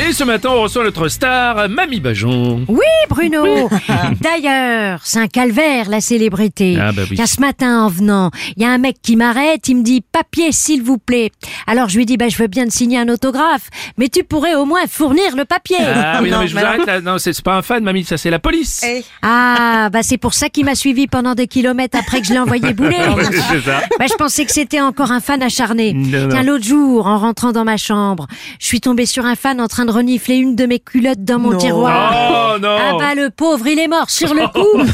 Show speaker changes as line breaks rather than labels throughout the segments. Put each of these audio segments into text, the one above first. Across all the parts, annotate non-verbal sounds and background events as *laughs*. Et ce matin, on reçoit notre star, Mamie Bajon.
Oui, Bruno. *laughs* D'ailleurs, c'est un calvaire, la célébrité.
Ah, bah oui.
Car ce matin, en venant, il y a un mec qui m'arrête, il me dit papier, s'il vous plaît. Alors, je lui dis, bah, je veux bien te signer un autographe, mais tu pourrais au moins fournir le papier.
Ah oui, non, mais je vous arrête là. Non, c'est c'est pas un fan, Mamie, ça c'est la police.
Ah, bah, c'est pour ça qu'il m'a suivi pendant des kilomètres après que je l'ai envoyé bouler.
*laughs* Oui, c'est ça.
Bah, je pensais que c'était encore un fan acharné.
Non, non.
Tiens, l'autre jour, en rentrant dans ma chambre, je suis tombée sur un fan en train de renifler une de mes culottes dans mon tiroir.
Oh non
Ah bah le pauvre, il est mort sur le
*laughs*
coup.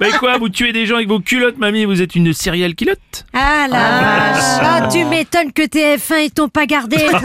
Mais quoi, vous tuez des gens avec vos culottes, Mamie, vous êtes une serial culotte
Ah la vache Ah, Tu m'étonnes que TF1 ils t'ont pas gardé toi.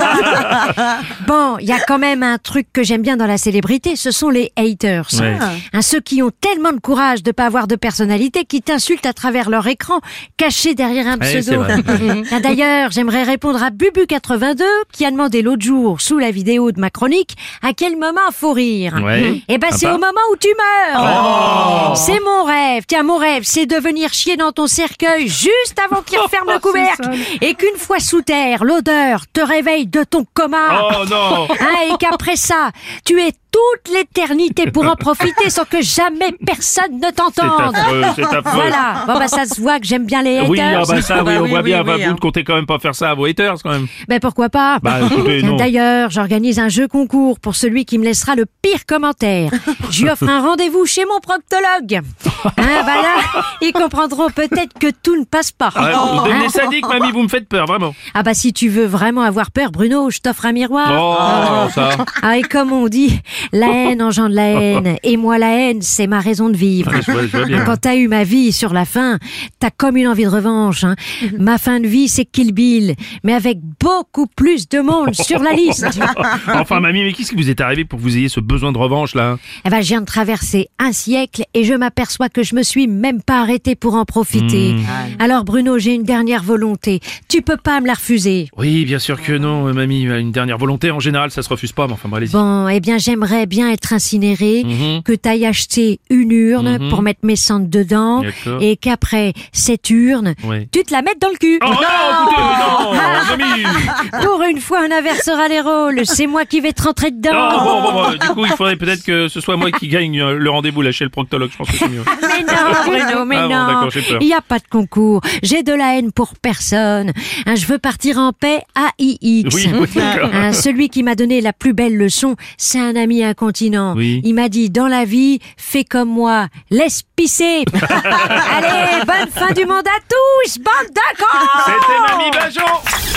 Bon, il y a quand même un truc que j'aime bien dans la célébrité, ce sont les haters.
Ouais.
Hein, ceux qui ont tellement de courage de pas avoir de personnalité, qui t'insultent à travers leur écran, cachés derrière un
Ouais,
pseudo.
c'est
*laughs* Ah, D'ailleurs, j'aimerais répondre à Bubu82 qui a demandé l'autre jour, sous la vidéo de ma chronique, à quel moment faut rire.
Ouais.
Eh ben,
bah.
c'est au moment où tu meurs.
Oh.
C'est mon rêve. Tiens, mon rêve, c'est de venir chier dans ton cercueil juste avant qu'il referme le couvercle. Et qu'une fois sous terre, l'odeur te réveille de ton coma.
Oh non
Hein, et qu'après ça, tu es toute l'éternité pour en profiter sans que jamais personne ne
C'est
t'entende.
affreux, c'est affreux.
Oh. Voilà. Bon, bah, ça se voit que j'aime bien les haters.
Oui, ah bah ça, oui,
Bah
on
oui,
voit
oui,
bien,
oui,
bah, vous
hein.
ne comptez quand même pas faire ça à vos haters quand même.
Ben pourquoi pas
Bah, écoutez,
Tiens,
non.
D'ailleurs, j'organise un jeu concours pour celui qui me laissera le pire
*laughs*
commentaire. Je lui offre un rendez-vous chez mon proctologue. Hein, bah là, ils comprendront peut-être que tout ne passe pas.
Ouais, Ah, vous
Hein.
devenez sadique, Mamie, vous me faites peur, vraiment.
Ah bah si tu veux vraiment avoir peur, Bruno, je t'offre un
Oh,
miroir.
non, ça.
Ah et comme on dit, la haine engendre la haine. Et moi, la haine, c'est ma raison de vivre.
Ah, Je vois, je vois bien.
Quand t'as eu ma vie sur la fin, t'as comme une envie de
*laughs*
revanche. hein. Ma fin de vie, c'est Kill Bill, mais avec beaucoup plus de monde sur
*laughs*
la liste.
Enfin, Mamie, mais qu'est-ce qui vous est arrivé pour que vous ayez ce besoin de revanche, là
Eh ben, je viens de traverser un siècle et je m'aperçois que je me suis même pas arrêtée pour en profiter.
Hmm.
Alors Bruno, j'ai une dernière volonté. Tu peux pas me la refuser.
Oui, bien sûr que non, euh, Mamie, une dernière volonté, en général, ça se refuse pas, mais enfin, bon, allez-y.
Bon, eh bien, j'aimerais bien être incinérée,
Mhm.
que t'ailles acheter une urne
Mhm.
pour mettre mes cendres dedans
D'accord.
et qu'après cette urne,
Ouais.
tu te la mettes dans le cul.
Oh non, *laughs* écoutez, non, euh, Mamie
Pour une fois, on inversera les rôles. C'est moi qui vais te rentrer dedans.
Non, bon, bon, bon, du coup, il faudrait peut-être que ce soit moi qui gagne euh, le rendez-vous là chez le proctologue. Je pense que c'est *laughs* mieux.
Mais non, Bruno, mais
Ah bon,
non.
d'accord, j'ai peur.
Il n'y a pas de concours. J'ai de la haine pour personne. Hein, je veux partir en paix AIX.
Oui, oui, d'accord.
Hein, celui qui m'a donné la plus belle leçon, c'est un ami incontinent.
Oui.
Il m'a dit, dans la vie, fais comme moi, laisse pisser.
*laughs*
Allez, bonne fin du monde à tous, bande d'accord
C'était Mamie Bajon